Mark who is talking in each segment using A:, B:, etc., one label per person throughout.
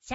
A: シ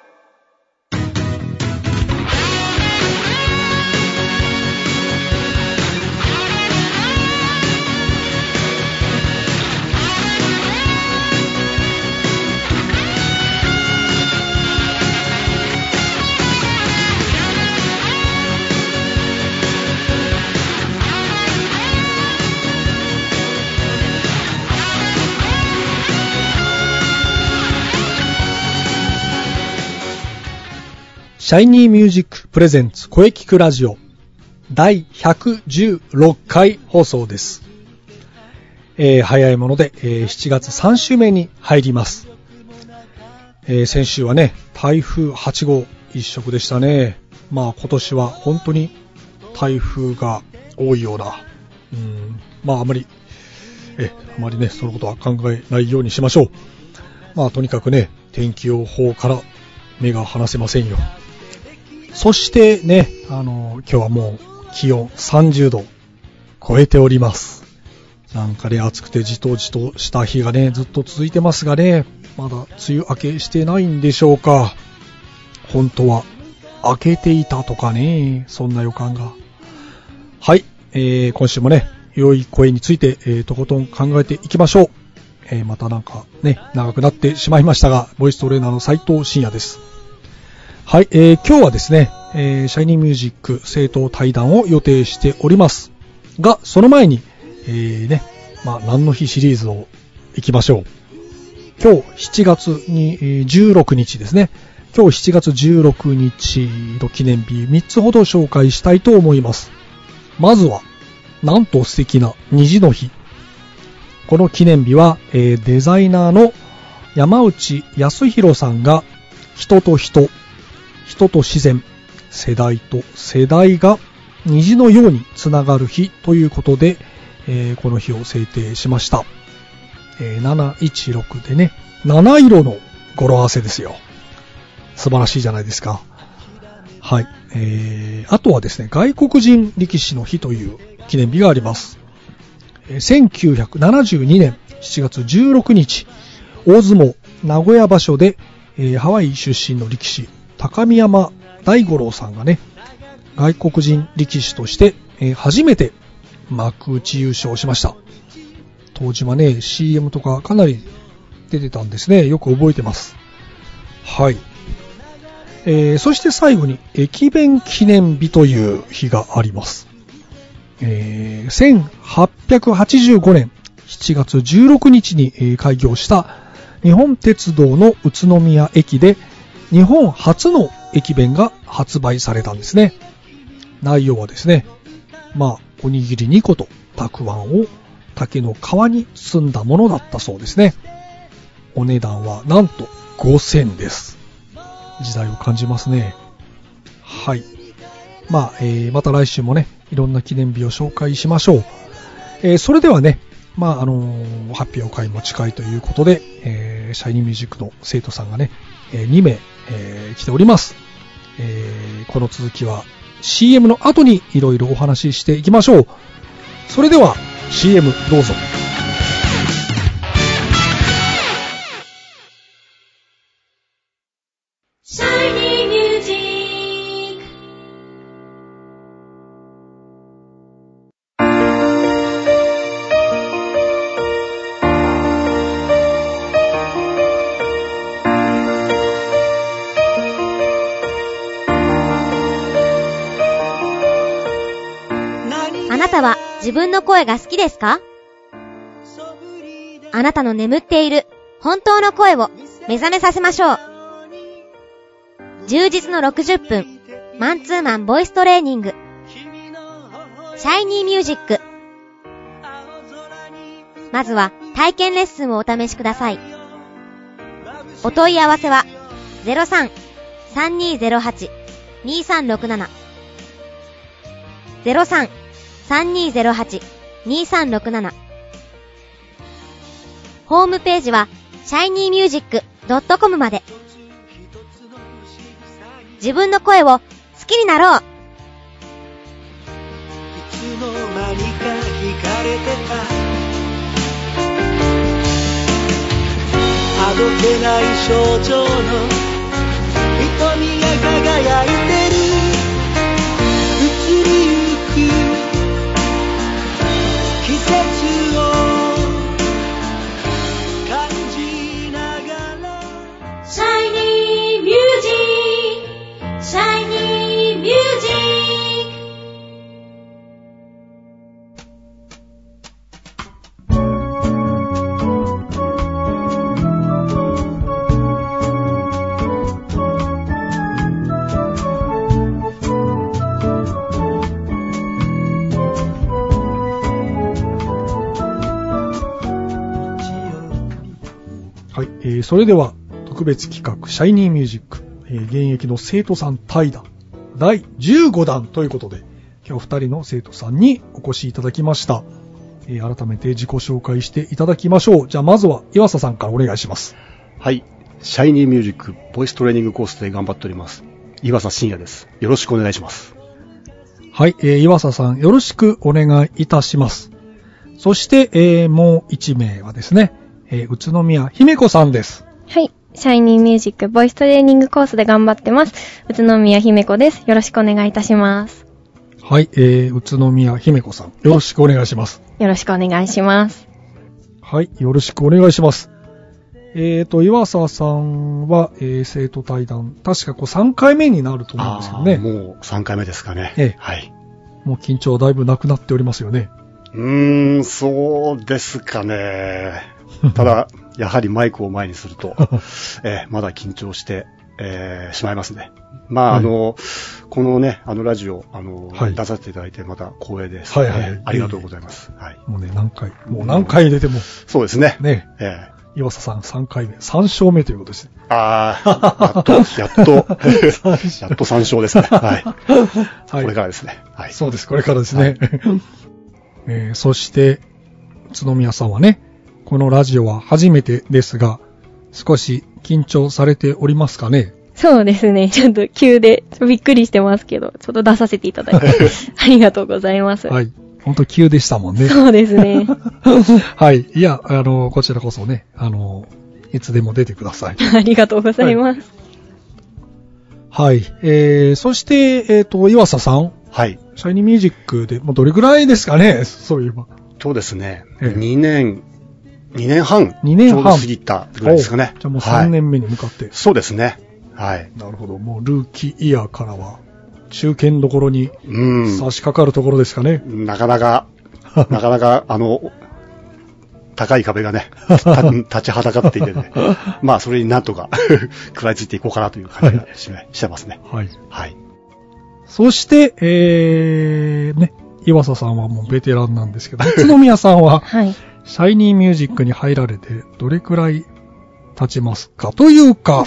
B: シャイニーミュージックプレゼンツ声聞くラジオ第116回放送です。えー早いもので、えー7月3週目に入ります。えー先週はね、台風8号一色でしたね。まあ今年は本当に台風が多いような、うん、まああまり、え、あまりね、そのことは考えないようにしましょう。まあとにかくね、天気予報から目が離せませんよ。そしてね、あの、今日はもう気温30度超えております。なんかね、暑くてじとじとした日がね、ずっと続いてますがね、まだ梅雨明けしてないんでしょうか。本当は明けていたとかね、そんな予感が。はい、えー、今週もね、良い声について、えー、とことん考えていきましょう。えー、またなんかね、長くなってしまいましたが、ボイストレーナーの斉藤慎也です。はい、えー今日はですね、えーシャイニーミュージック生徒対談を予定しております。が、その前に、えーね、まあ、何の日シリーズを行きましょう。今日7月に、えー16日ですね。今日7月16日の記念日3つほど紹介したいと思います。まずは、なんと素敵な虹の日。この記念日は、えーデザイナーの山内康弘さんが人と人、人と自然、世代と世代が虹のようにつながる日ということで、えーこの日を制定しました。えー716でね、七色の語呂合わせですよ。素晴らしいじゃないですか。はい。えー、あとはですね、外国人力士の日という記念日があります。えー1972年7月16日、大相撲名古屋場所で、えーハワイ出身の力士、高見山大五郎さんがね、外国人力士として、えー初めて幕内優勝しました。当時はね、CM とかかなり出てたんですね。よく覚えてます。はい。えーそして最後に、駅弁記念日という日があります。えー1885年7月16日にえー開業した日本鉄道の宇都宮駅で日本初の駅弁が発売されたんですね。内容はですね、まあ、おにぎり2個とたくあんを竹の皮に包んだものだったそうですね。お値段はなんと5000です。時代を感じますね。はい。まあ、えーまた来週もね、いろんな記念日を紹介しましょう。えーそれではね、まあ、あのー発表会も近いということで、えーシャイニーミュージックの生徒さんがね、え2名、えー来ております。えーこの続きは CM の後にいろいろお話ししていきましょう。それでは CM どうぞ。
A: シャイニーミュージックあなたは自分の声が好きですかあなたの眠っている本当の声を目覚めさせましょう。充実の60分、マンツーマンボイストレーニング、シャイニーミュージック。まずは体験レッスンをお試しください。お問い合わせは03-3208-2367 03-3208-2367ホームページは shinymusic.com まで自分の声を好きになろ
C: い
A: う
C: つの間にか惹かれてたあどけない症状の瞳が輝いてる移りゆく季節を感じながら
D: Shiny music, shiny music.
B: はい、えーそれでは特別企画、シャイニーミュージック、えー現役の生徒さん対談、第15弾ということで、今日2人の生徒さんにお越しいただきました。えー改めて自己紹介していただきましょう。じゃあまずは岩佐さんからお願いします。
E: はい。シャイニーミュージック、ボイストレーニングコースで頑張っております。岩佐信也です。よろしくお願いします。
B: はい、えー岩佐さんよろしくお願いいたします。そして、えーもう1名はですね、えー宇都宮姫子さんです。
F: はい。シャイニーミュージックボイストレーニングコースで頑張ってます。宇都宮姫子です。よろしくお願いいたします。
B: はい、えー宇都宮姫子さんよろしくお願いします。
F: よろしくお願いします。
B: はい、よろしくお願いします。えーと、岩沢さんは、えー生徒対談、確かこう3回目になると思うんですけどね。
E: ー
B: もう
E: もう3回目ですかね。
B: ええ
E: はい。
B: 緊張はだいぶなくなっておりますよね。
E: うーん、そうです かね。ただ、やはりマイクを前にすると、 えーまだ緊張して、えーしまいますね。まあ、
B: はい
E: あの、このね、あのラジオ、あの、
B: はい
E: 出させていただいて、また光栄です。
B: はいはいはい
E: えーありがとうございます。はい。
B: もうね、何回、もう何回出ても、
E: そうですね。
B: ね、
E: えー
B: 岩佐さん3回目、3勝目ということですね。
E: ああ、やっ と、やっと、やっと参照ですね。はい。
B: は
E: これ
B: い
E: か。らですね。はい。
B: そうです、これからですね。 えーそして、宇都宮さんはね、このラジオは初めてですが、少し緊張されておりますかね
F: そうですね。ちょっと急で、ちょっとびっくりしてますけど、ちょっと出させていただいて。 ありがとうございます。
B: はい。ほんと急でしたもんね。
F: そうですね。
B: はい。いや、あの、こちらこそね、あの、いつでも出てください。
F: ありがとうございます。
B: はい。えー、そして、えっ、と、岩佐さん、
E: はい。
B: シャイニーミュージックで、もうどれぐらいですかねそういえば。
E: そうですね。
B: ええ
E: 2年、2年半。
B: 2年半
E: ちょうど過ぎたぐらいですかね
B: お。じゃあもう3
E: はい。
B: 年目に向かって。
E: そうですね。はい。
B: なるほど。もうルーキーイヤーからは、中堅どころに
E: うん。
B: 差し掛かるところですかね。
E: なか なか、なかなか、あの、高い壁がね、 た立ちはだかっていてね。まあ、それになんとか、 食らいついていこうかなという感じがし,、してますね。
B: はい。
E: はい。
B: そして、えー、ね、岩佐さんはもうベテランなんです けど、宇都宮さんは、
F: はい。
B: シャイニーミュージックに入られてどれくらい経ちますかという か、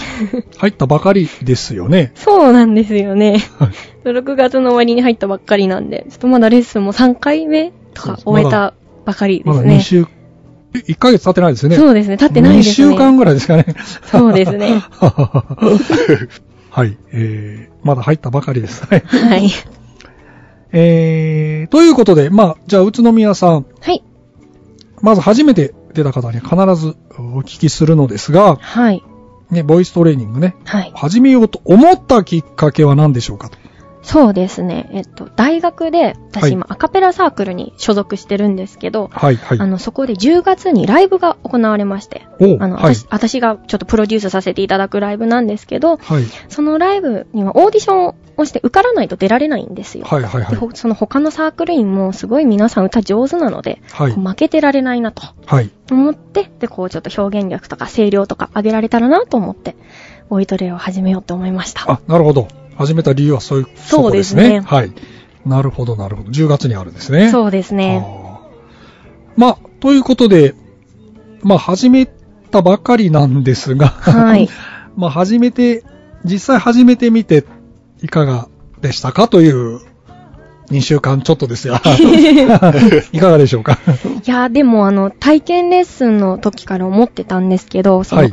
B: 入ったばかりですよね。
F: そうなんですよね。
B: はい
F: 6月の終わりに入ったばっかりなんで、ちょっとまだレッスンも3回目と
B: そう
F: か
B: です
F: 終えたばかりで
B: ますだ
F: ね。
B: 2週、え1ヶ月経ってないですよね。
F: そうですね。経ってないですね。
B: 2週間ぐらいですかね。
F: そうですね
B: はい、えー、まだ入ったばかりです。はい
F: はい。
B: えー、ということで、まあ、じゃあ宇都宮さん、
F: はい。
B: まず初めて出た方には必ずお聞きするのですが、
F: はい。
B: ね、ボイストレーニングね、
F: はい。
B: 始めようと思ったきっかけは何でしょうかと。
F: そうですね。えっと、大学で、
B: はい
F: 私今、アカペラサークルに所属してるんですけど、
B: はい、はい。
F: あの、そこで10月にライブが行われまして、
B: お
F: あの、
B: はい
F: 私、私がちょっとプロデュースさせていただくライブなんですけど、
B: はい。
F: そのライブにはオーディションをして受からないと出られないんですよ。
B: はいはいは
F: で
B: い。
F: ほその他のサークル員もすごい皆さん歌上手なので、
B: はい
F: こ。う負けてられないなと
B: はい。
F: 思って、で、こうちょっと表現力とか声量とか上げられたらなと思って、ボイトレを始めようと思いました。
B: あ、なるほど。始めた理由はそういう、
F: そうですね
B: そこはい。なるほど、なるほど。10月にあるんですね。
F: そうですね。
B: あーまあ、ということで、まあ、始めたばかりなんですが、
F: はい。
B: まあ、始めて、実際始めてみて、いかがでしたかという、2週間ちょっと ですが、 いかがでしょう か。
F: いやーでもあの、体験レッスンの時から思ってたんですけど、その、
B: はい。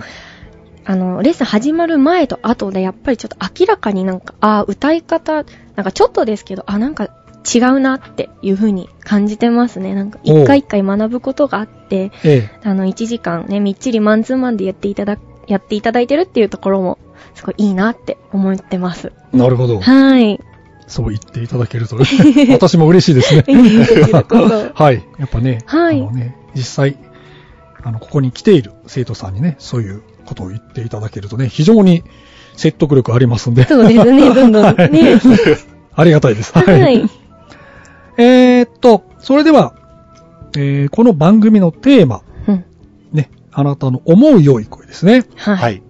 F: あの、レッスン始まる前と後でやっぱりちょっと明らかになんか、ああ、歌い方、なんかちょっとですけど、あ、なんか違うなっていうふうに感じてますね。なんか、
B: おう
F: 一回一回学ぶことがあって、
B: え
F: あの、1時間ね、みっちりマンツーマンでやっていただ、やっていただいてるっていうところも、すごいいいなって思ってます。
B: え。なるほど。
F: はい。
B: そう言っていただける と、私も嬉しいですね。 はい。やっぱね、
F: はい
B: あのね、実際、あの、ここに来ている生徒さんにね、そういうことを言っていただけるとね、非常に説得力ありますんで。
F: そうです ね、どんどんね。
B: ありがたいです。
F: はい。
B: えーっと、それでは、えーこの番組のテーマ、
F: うん
B: ね、あなたの思う良い声ですね。
E: は
F: はい。
E: い。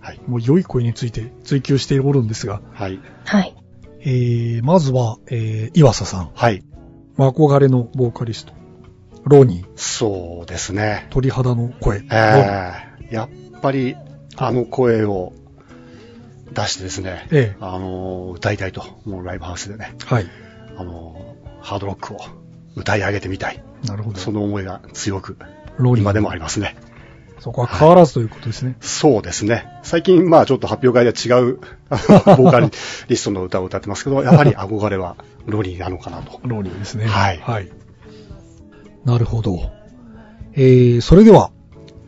E: はい。
B: もう良い声について追求しておるんですが、
E: はい。
F: はい。
B: えー、まずは、えー、岩佐さん、
E: はい。
B: 憧れのボーカリスト、ロニー、
E: そうですね。
B: 鳥肌の声。
E: えーやっぱり、あの声を出してですね、
B: ええ
E: あのー、歌いたいと、もうライブハウスでね、
B: はい。
E: あのー、ハードロックを歌い上げてみたい。
B: なるほど。
E: その思いが強く、
B: ロニー。
E: 今でもありますね。
B: そこは変わらずということですね。
E: そうですね。最近、まあちょっと発表会では違う、あのボーカリストの歌を歌ってますけど、やはり憧れはロリーなのかなと。
B: ロニーですね。
E: はい
B: なるほど。えー、それでは、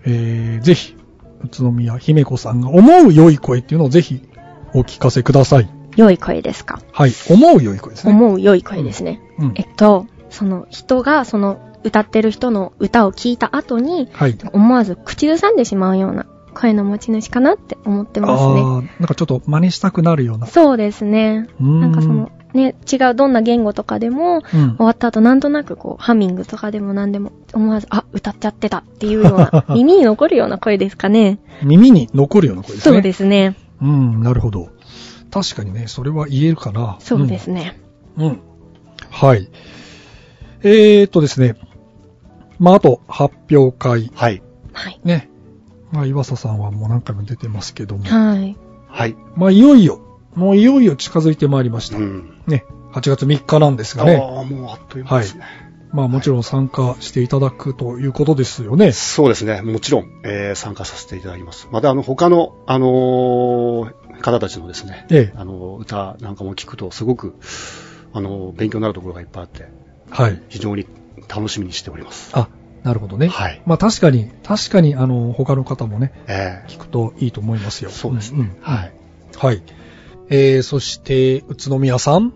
B: えー、ぜひ、宇都宮姫子さんが思う良い声っていうのをぜひお聞かせください。
F: 良い声ですか
B: はい。思う良い声ですね。
F: 思う良い声ですね。
B: うん
F: え。っと、その人が、その歌ってる人の歌を聞いた後に、
B: はい。
F: 思わず口ずさんでしまうような声の持ち主かなって思ってますね。
B: あー、なんかちょっと真似したくなるような。
F: そうですね。
B: な
F: なんかその、、ね、違うどんな言語とかで
B: う
F: も、
B: ん
F: 終。わった後なんとなくこう、ハミングとかでも何でも、思わず、あ、歌っちゃってたっていうよう な、耳に残るような声ですかね。
B: 耳に残るような声ですね。
F: そうですね。
B: うん、なるほど。確かにね、それは言えるかな。
F: そうですね。
B: うん。うん。はい。えーっとですね。まあ、あと、発表会。
E: はい。
F: はい。
B: ね。まあ、岩佐さんはもう何回も出てますけども。
F: はい。
E: はい。
B: まあ、いよいよ、もういよいよ近づいてまいりました。
E: うん。
B: ね。8月3日なんです
E: あ
B: が
E: あ
B: ね。
E: ー、もうあっという間ですね。
B: まあ、もちろん参加していただくということですよね。
E: そうですね。もちろん、えー参加させていただきます。また、あの、他の、あのー方たちのですね、
B: ええ
E: あの、歌なんかも聞くと、すごく、あの、勉強になるところがいっぱいあって、
B: はい。
E: 非常に楽しみにしております。
B: あ、なるほどね。
E: はい
B: まあ、確かに、確かに、あの、他の方もね、
E: え
B: 聞くといいと思いますよ。
E: そうです
B: ね。
E: はい。
B: はい。えー、そして、宇都宮さん。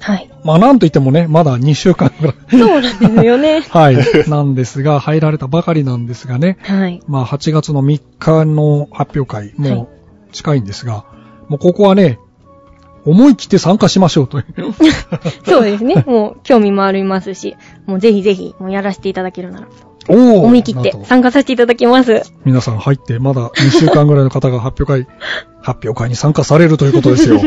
F: はい。
B: まあ、なんといってもね、まだ2週間 ぐらい。。
F: そうなんですよね
B: はい。なんですが、入られたばかりなんですがね。
F: はい。
B: まあ、8月の3日の発表会、
F: は
B: も
F: いう
B: 近いんですが、もうここはね、思い切って参加しましょうという。
F: そうです ね。もう、興味もありますし、もうぜひぜひ、もうやらせていただけるなら、
B: おー
F: 思い切って
B: なんと
F: 参加させていただきます。
B: 皆さん入って、まだ2週間ぐらいの方が発表会、 発表会に参加されるということです よ。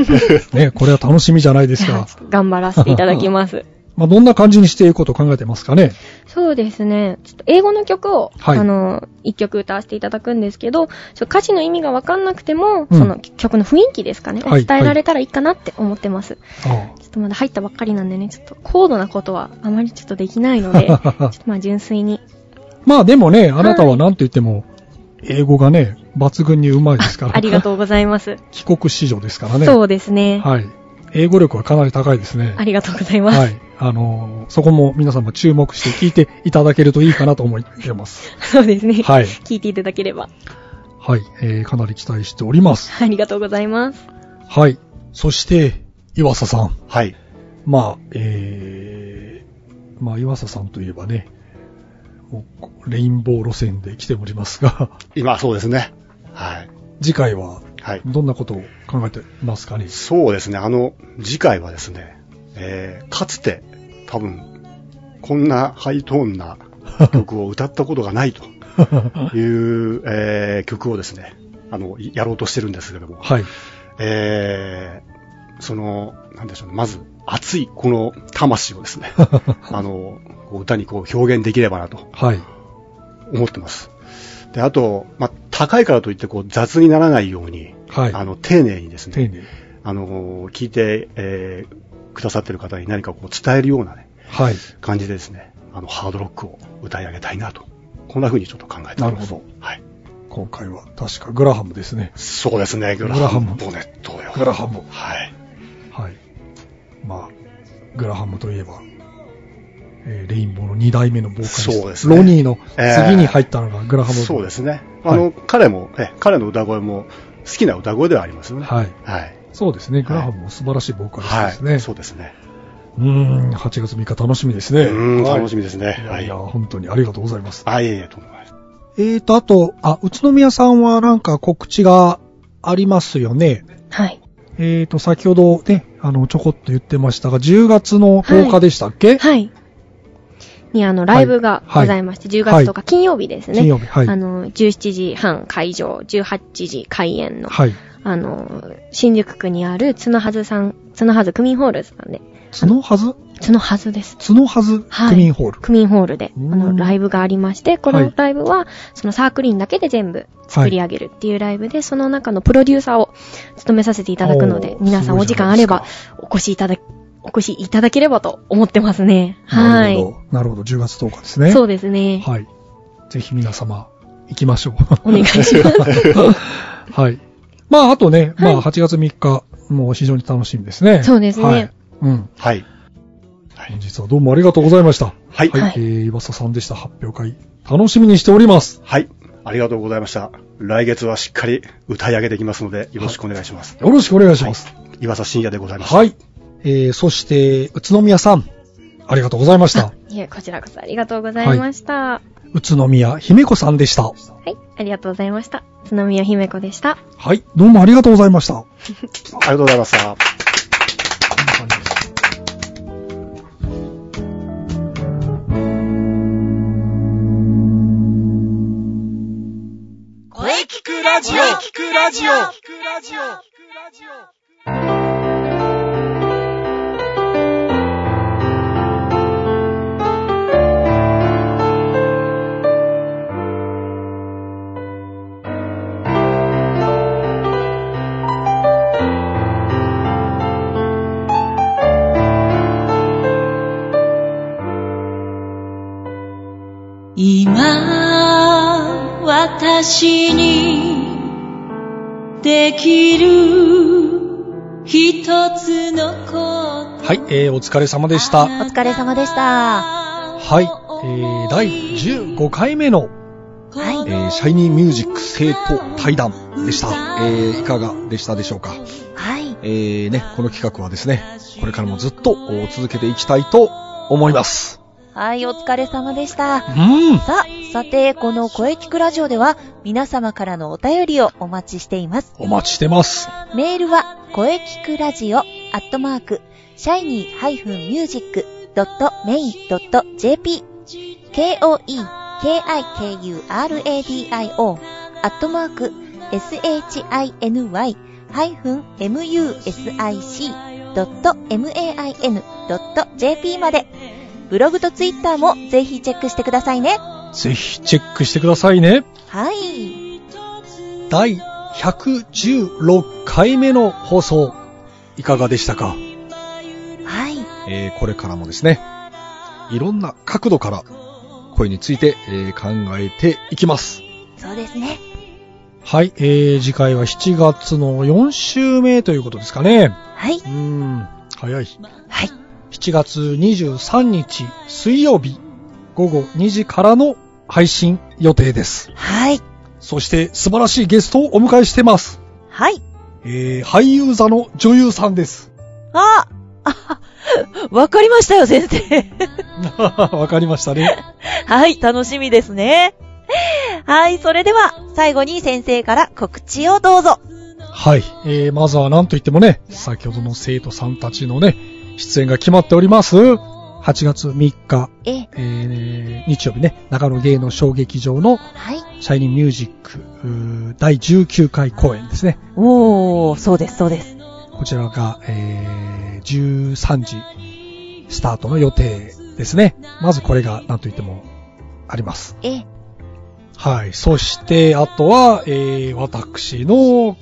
B: ね、これは楽しみじゃないですか。
F: 頑張らせていただきます。
B: まあ、どんな感じにしていこうと考えてますかね。
F: そうですね。ちょっと英語の曲を、
B: はい
F: あの、一曲歌わせていただくんですけど、ちょっと歌詞の意味がわかんなくても、
B: うん
F: その曲の雰囲気ですかね、
B: はい
F: 伝えられたらいいかなって思ってます。
B: あ
F: ちょっとまだ入ったばっかりなんでね、ちょっと高度なことはあまりちょっとできないので、ちょっ
B: あ
F: とまあ純粋に。
B: まあでもね、あなたは何と言っても、英語がね、抜群にうまいですから。
F: ありが
B: う。
F: とうござい ます。
B: 帰国子女ですからね。
F: そうですね、
B: はい。英語力はかなり高いですね。
F: ありがとうございます。
B: はい。あのーそこも皆様注目して聞いていただけるといいかなと思って ます。
F: そうですね。
B: はい
F: 聞いていただければ。
B: はい。えー、かなり期待しております。
F: ありがとうございます。
B: はい。そして、岩佐さん。
E: はい。
B: まあ、えー、まあ、岩佐さんといえばね、もうレインボー路線で来ておりますが、
E: 今、そうですね。はい。
B: 次回は
E: はい。
B: どんなことを考えてますかね。
E: そうですね。あの、次回はですね、えー、かつて、多分、こんなハイトー ンな曲を歌ったことがないという、 えー曲をですね、あの、いやろうとしてるんですけども、
B: はい。
E: えー、その、なんでしょうね、まず、熱い、この魂をです ね、あの、こう歌にこう表現できればなと
B: はい。
E: 思ってます。で、あと、まあ、高いからといって、こう、雑にならないように、
B: はい。
E: あの、丁寧にですね、
B: 丁寧に。
E: あの、聞いて、えーくださってる方に何かこう伝えるようなね、
B: はい。
E: 感じでですね、あの、ハードロックを歌い上げたいなと。こんな風にちょっと考えております。
B: なるほ
E: はい。
B: 今回は確かグラハムですね。
E: そうですね、グ
B: ラ
E: ラ
B: ハ
E: ハ
B: ム
E: ムボネットよ。
B: グラハム
E: はい。
B: はい。まあ、グラハムといえば、えーレインボーの2代目のボーカリスト、
E: そうですね
B: ロニーの
E: えー
B: 次に入ったのがグラハム、。
E: そうですすね。
B: はい
E: あの、彼も、え、彼の歌声も好きな歌声ではありますよね。
B: はい。
E: はい。
B: そうですね、グラハムも素晴らしいボーカリスト
E: は
B: で
E: い。
B: すね。
E: そうですね。
B: うーん、8月3日楽しみですね。
E: うーん、楽し
B: み。
E: みですね。
B: いや
E: はいい
B: や、。本当にありがとうございます。
E: あ、いえいえ、とんでもないです。
B: えーと、あと、あ、宇都宮さんはなんか告知がありますよね。
F: はい。
B: えーと、先ほどね、あの、ちょこっと言ってましたが、10月の10日でしたっけ、
F: はい。に、あの、ライブがございまして、10
B: はい
F: 月とか金曜日ですね。
B: 金曜日、はい。
F: あの、17時半会場、18時開演の、
B: はい。
F: あの、新宿区にある、つのはずさん、つのはず区民ホールさんで、
B: 角はず
F: つのはずです。
B: 角はず
F: はい
B: 区民ホール。
F: 区民ホールで、あ
B: う
F: の、
B: ん
F: ライブがありまして、こ
B: は
F: の
B: い
F: ライブは、そのサークル員だけで全部作り上げるっていうライブで、その中のプロデューサーを務めさせていただくので
B: お、ー
F: 皆さんお時間あれば、お越しいただ、お越しいただければと思ってますね。は
B: なるほ
F: い。
B: ど。なるほど、10月10日ですね。
F: そうですね。
B: はい。ぜひ皆様、行きましょう。
F: お願いします。
B: はい。まあ、あとね、
F: はい
B: まあ、8月3日、もう非常に楽しみですね。
F: そうですね
B: はい。うん。
E: はい。
B: 本日はどうもありがとうございました。
E: はい。
B: はい。
E: はい。
B: えー、岩佐さんでした。発表会、楽しみにしております。
E: ありがとうございました。来月はしっかり歌い上げていきますので、よろしくお願いします。
B: よろしくお願いします。
E: 岩佐信也でございます。
B: はい。えー、そして、宇都宮さん、ありがとうございま した。
F: いえ、こちらこそありがとうございました。は
B: 宇都宮姫子さんでした。
F: い、ありがとうございました。津波宮姫子でした。
B: はい。どうもありがとうございました。
E: ありがとうございました。
C: 声聞くラジオ聞くラジオ
D: 今私にできる一つのこ
B: はい。えー、お疲れ様でした。
A: お疲れ様でした。
B: はい。えー、第15回目
A: は
B: の、
A: い
B: えー、シャイニーミュージック生徒対談でした。えー、いかがでしたでしょうか
A: はい。
B: えー、ね、この企画はですね、これからもずっとお続けていきたいと思います。
A: はい、お疲れ様でした。
B: うん。
A: さ、さて、この声聞くラジオでは、皆様からのお便りをお待ちしています。
B: お待ちしてます。
A: メールは、声聞くラジオ、アットマーク、シャイニー -music.main.jp、k-o-e-k-i-k-u-r-a-d-i-o、アットマーク、shiny-music.main.jp まで、ブログとツイッターもぜひチェックしてくださいね。
B: ぜひチェックしてくださいね。
A: はい。
B: 第116回目の放送、いかがでしたか
A: はい。
B: えーこれからもですね、いろんな角度から声について、えー考えていきます。
A: そうですね。
B: はい、えー、次回は7月の4週目ということですかね。
A: はい。
B: うーん、早い。
A: はい。
B: 7月23日水曜日午後2時からの配信予定です。
A: はい。
B: そして素晴らしいゲストをお迎えしてます。
A: はい。
B: えー、俳優座の女優さんです。
A: ああわかりましたよ、先生。
B: わかりましたね。
A: はい、楽しみですね。はい、それでは、最後に先生から告知をどうぞ。
B: はい、えー、まずは何といってもね、先ほどの生徒さんたちのね、出演が決まっております。8月3日、
A: え、
B: えー、日曜日ね、中野芸能小劇場の
A: はい。
B: シャイニーミュージックうー第19回公演ですね。
A: おー、そうです、そうです。
B: こちらが、えー、13時スタートの予定ですね。まずこれが何と言ってもあります。
A: え、
B: はい。そして、あとは、えー、私の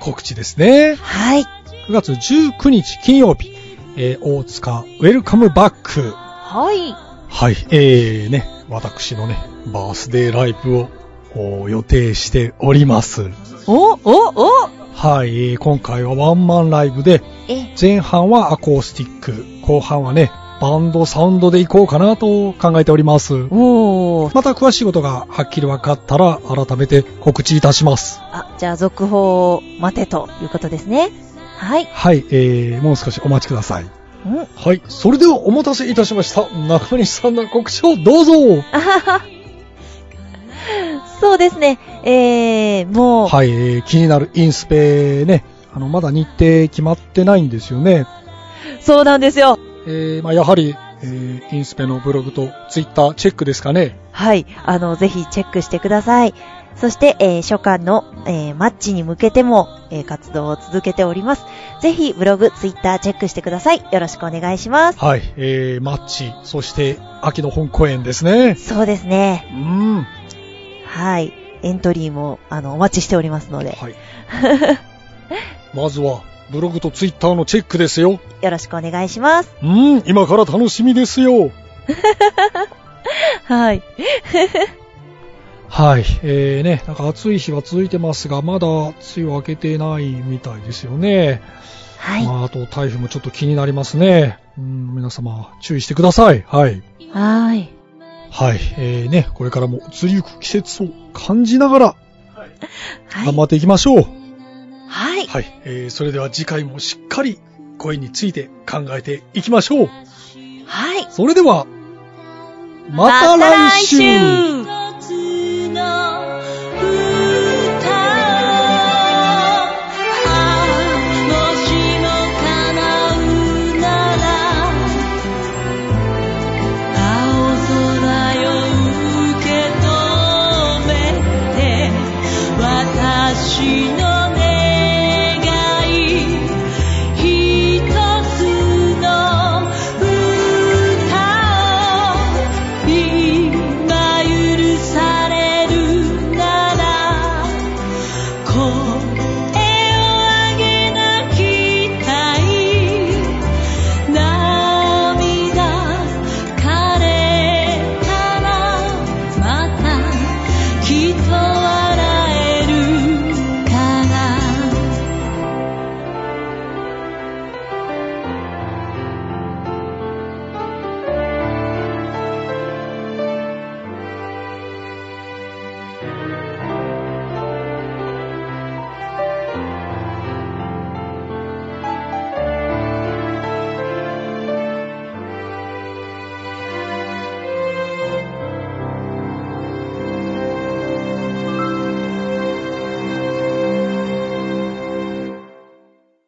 B: 告知ですね。
A: はい。
B: 9月19日金曜日、えー、大塚ウェルカムバック。
A: はい。
B: はい。えー、ね、私のね、バースデーライブをお予定しております。
A: お、お、お
B: はい、えー今回はワンマンライブで、
A: え、
B: 前半はアコースティック、後半はね、バンドサウンドでいこうかなと考えております。
A: おー。
B: また詳しいことがはっきり分かったら改めて告知いたします。
A: あ、じゃあ続報を待てということですね。はい。
B: はい、えー、もう少しお待ちください。
A: うん。あ
B: はい、それではお待たせいたしました。中西さんの告知をどうぞ
A: はは。そうですね。えー、もう、
B: はい、えー気になるインスペね、あの、まだ日程決まってないんですよね。
A: そうなんですよ。
B: えー、まあ、やはり、えー、インスペのブログとツイッターチェックですかね。
A: はい。あの、ぜひチェックしてください。そして、えー初夏の、えーマッチに向けても、えー活動を続けております。ぜひ、ブログ、ツイッターチェックしてください。よろしくお願いします。
B: はい、えー、マッチ、そして、秋の本公演ですね。
A: そうです
B: う
A: ね。
B: ん。は
A: はい。エントリーも、あの、お待ちしておりますので、
B: い。 まずは、ブログとツイッターのチェックですよ。
A: よろしくお願いします。
B: うん、今から楽しみですよ。
A: はい。
B: はい。えーね、なんか暑い日は続いてますが、まだ梅雨明けてないみたいですよね。
A: はい。
B: まあ、あと台風もちょっと気になりますね。うん、皆様、注意してください。はい。
A: はい。
B: はい。えーね、これからも移りゆく季節を感じながら、
A: は
B: 頑
A: い。
B: 張っていきましょう。
A: はい。
B: はい。えーそれでは次回もしっかり声について考えていきましょう。
A: はい。
B: それでは、また来週
D: 一つの歌を「ああもしも叶うなら」「青空よ受け止めて」「私の願い」「ひとつの歌を」「今許されるならこ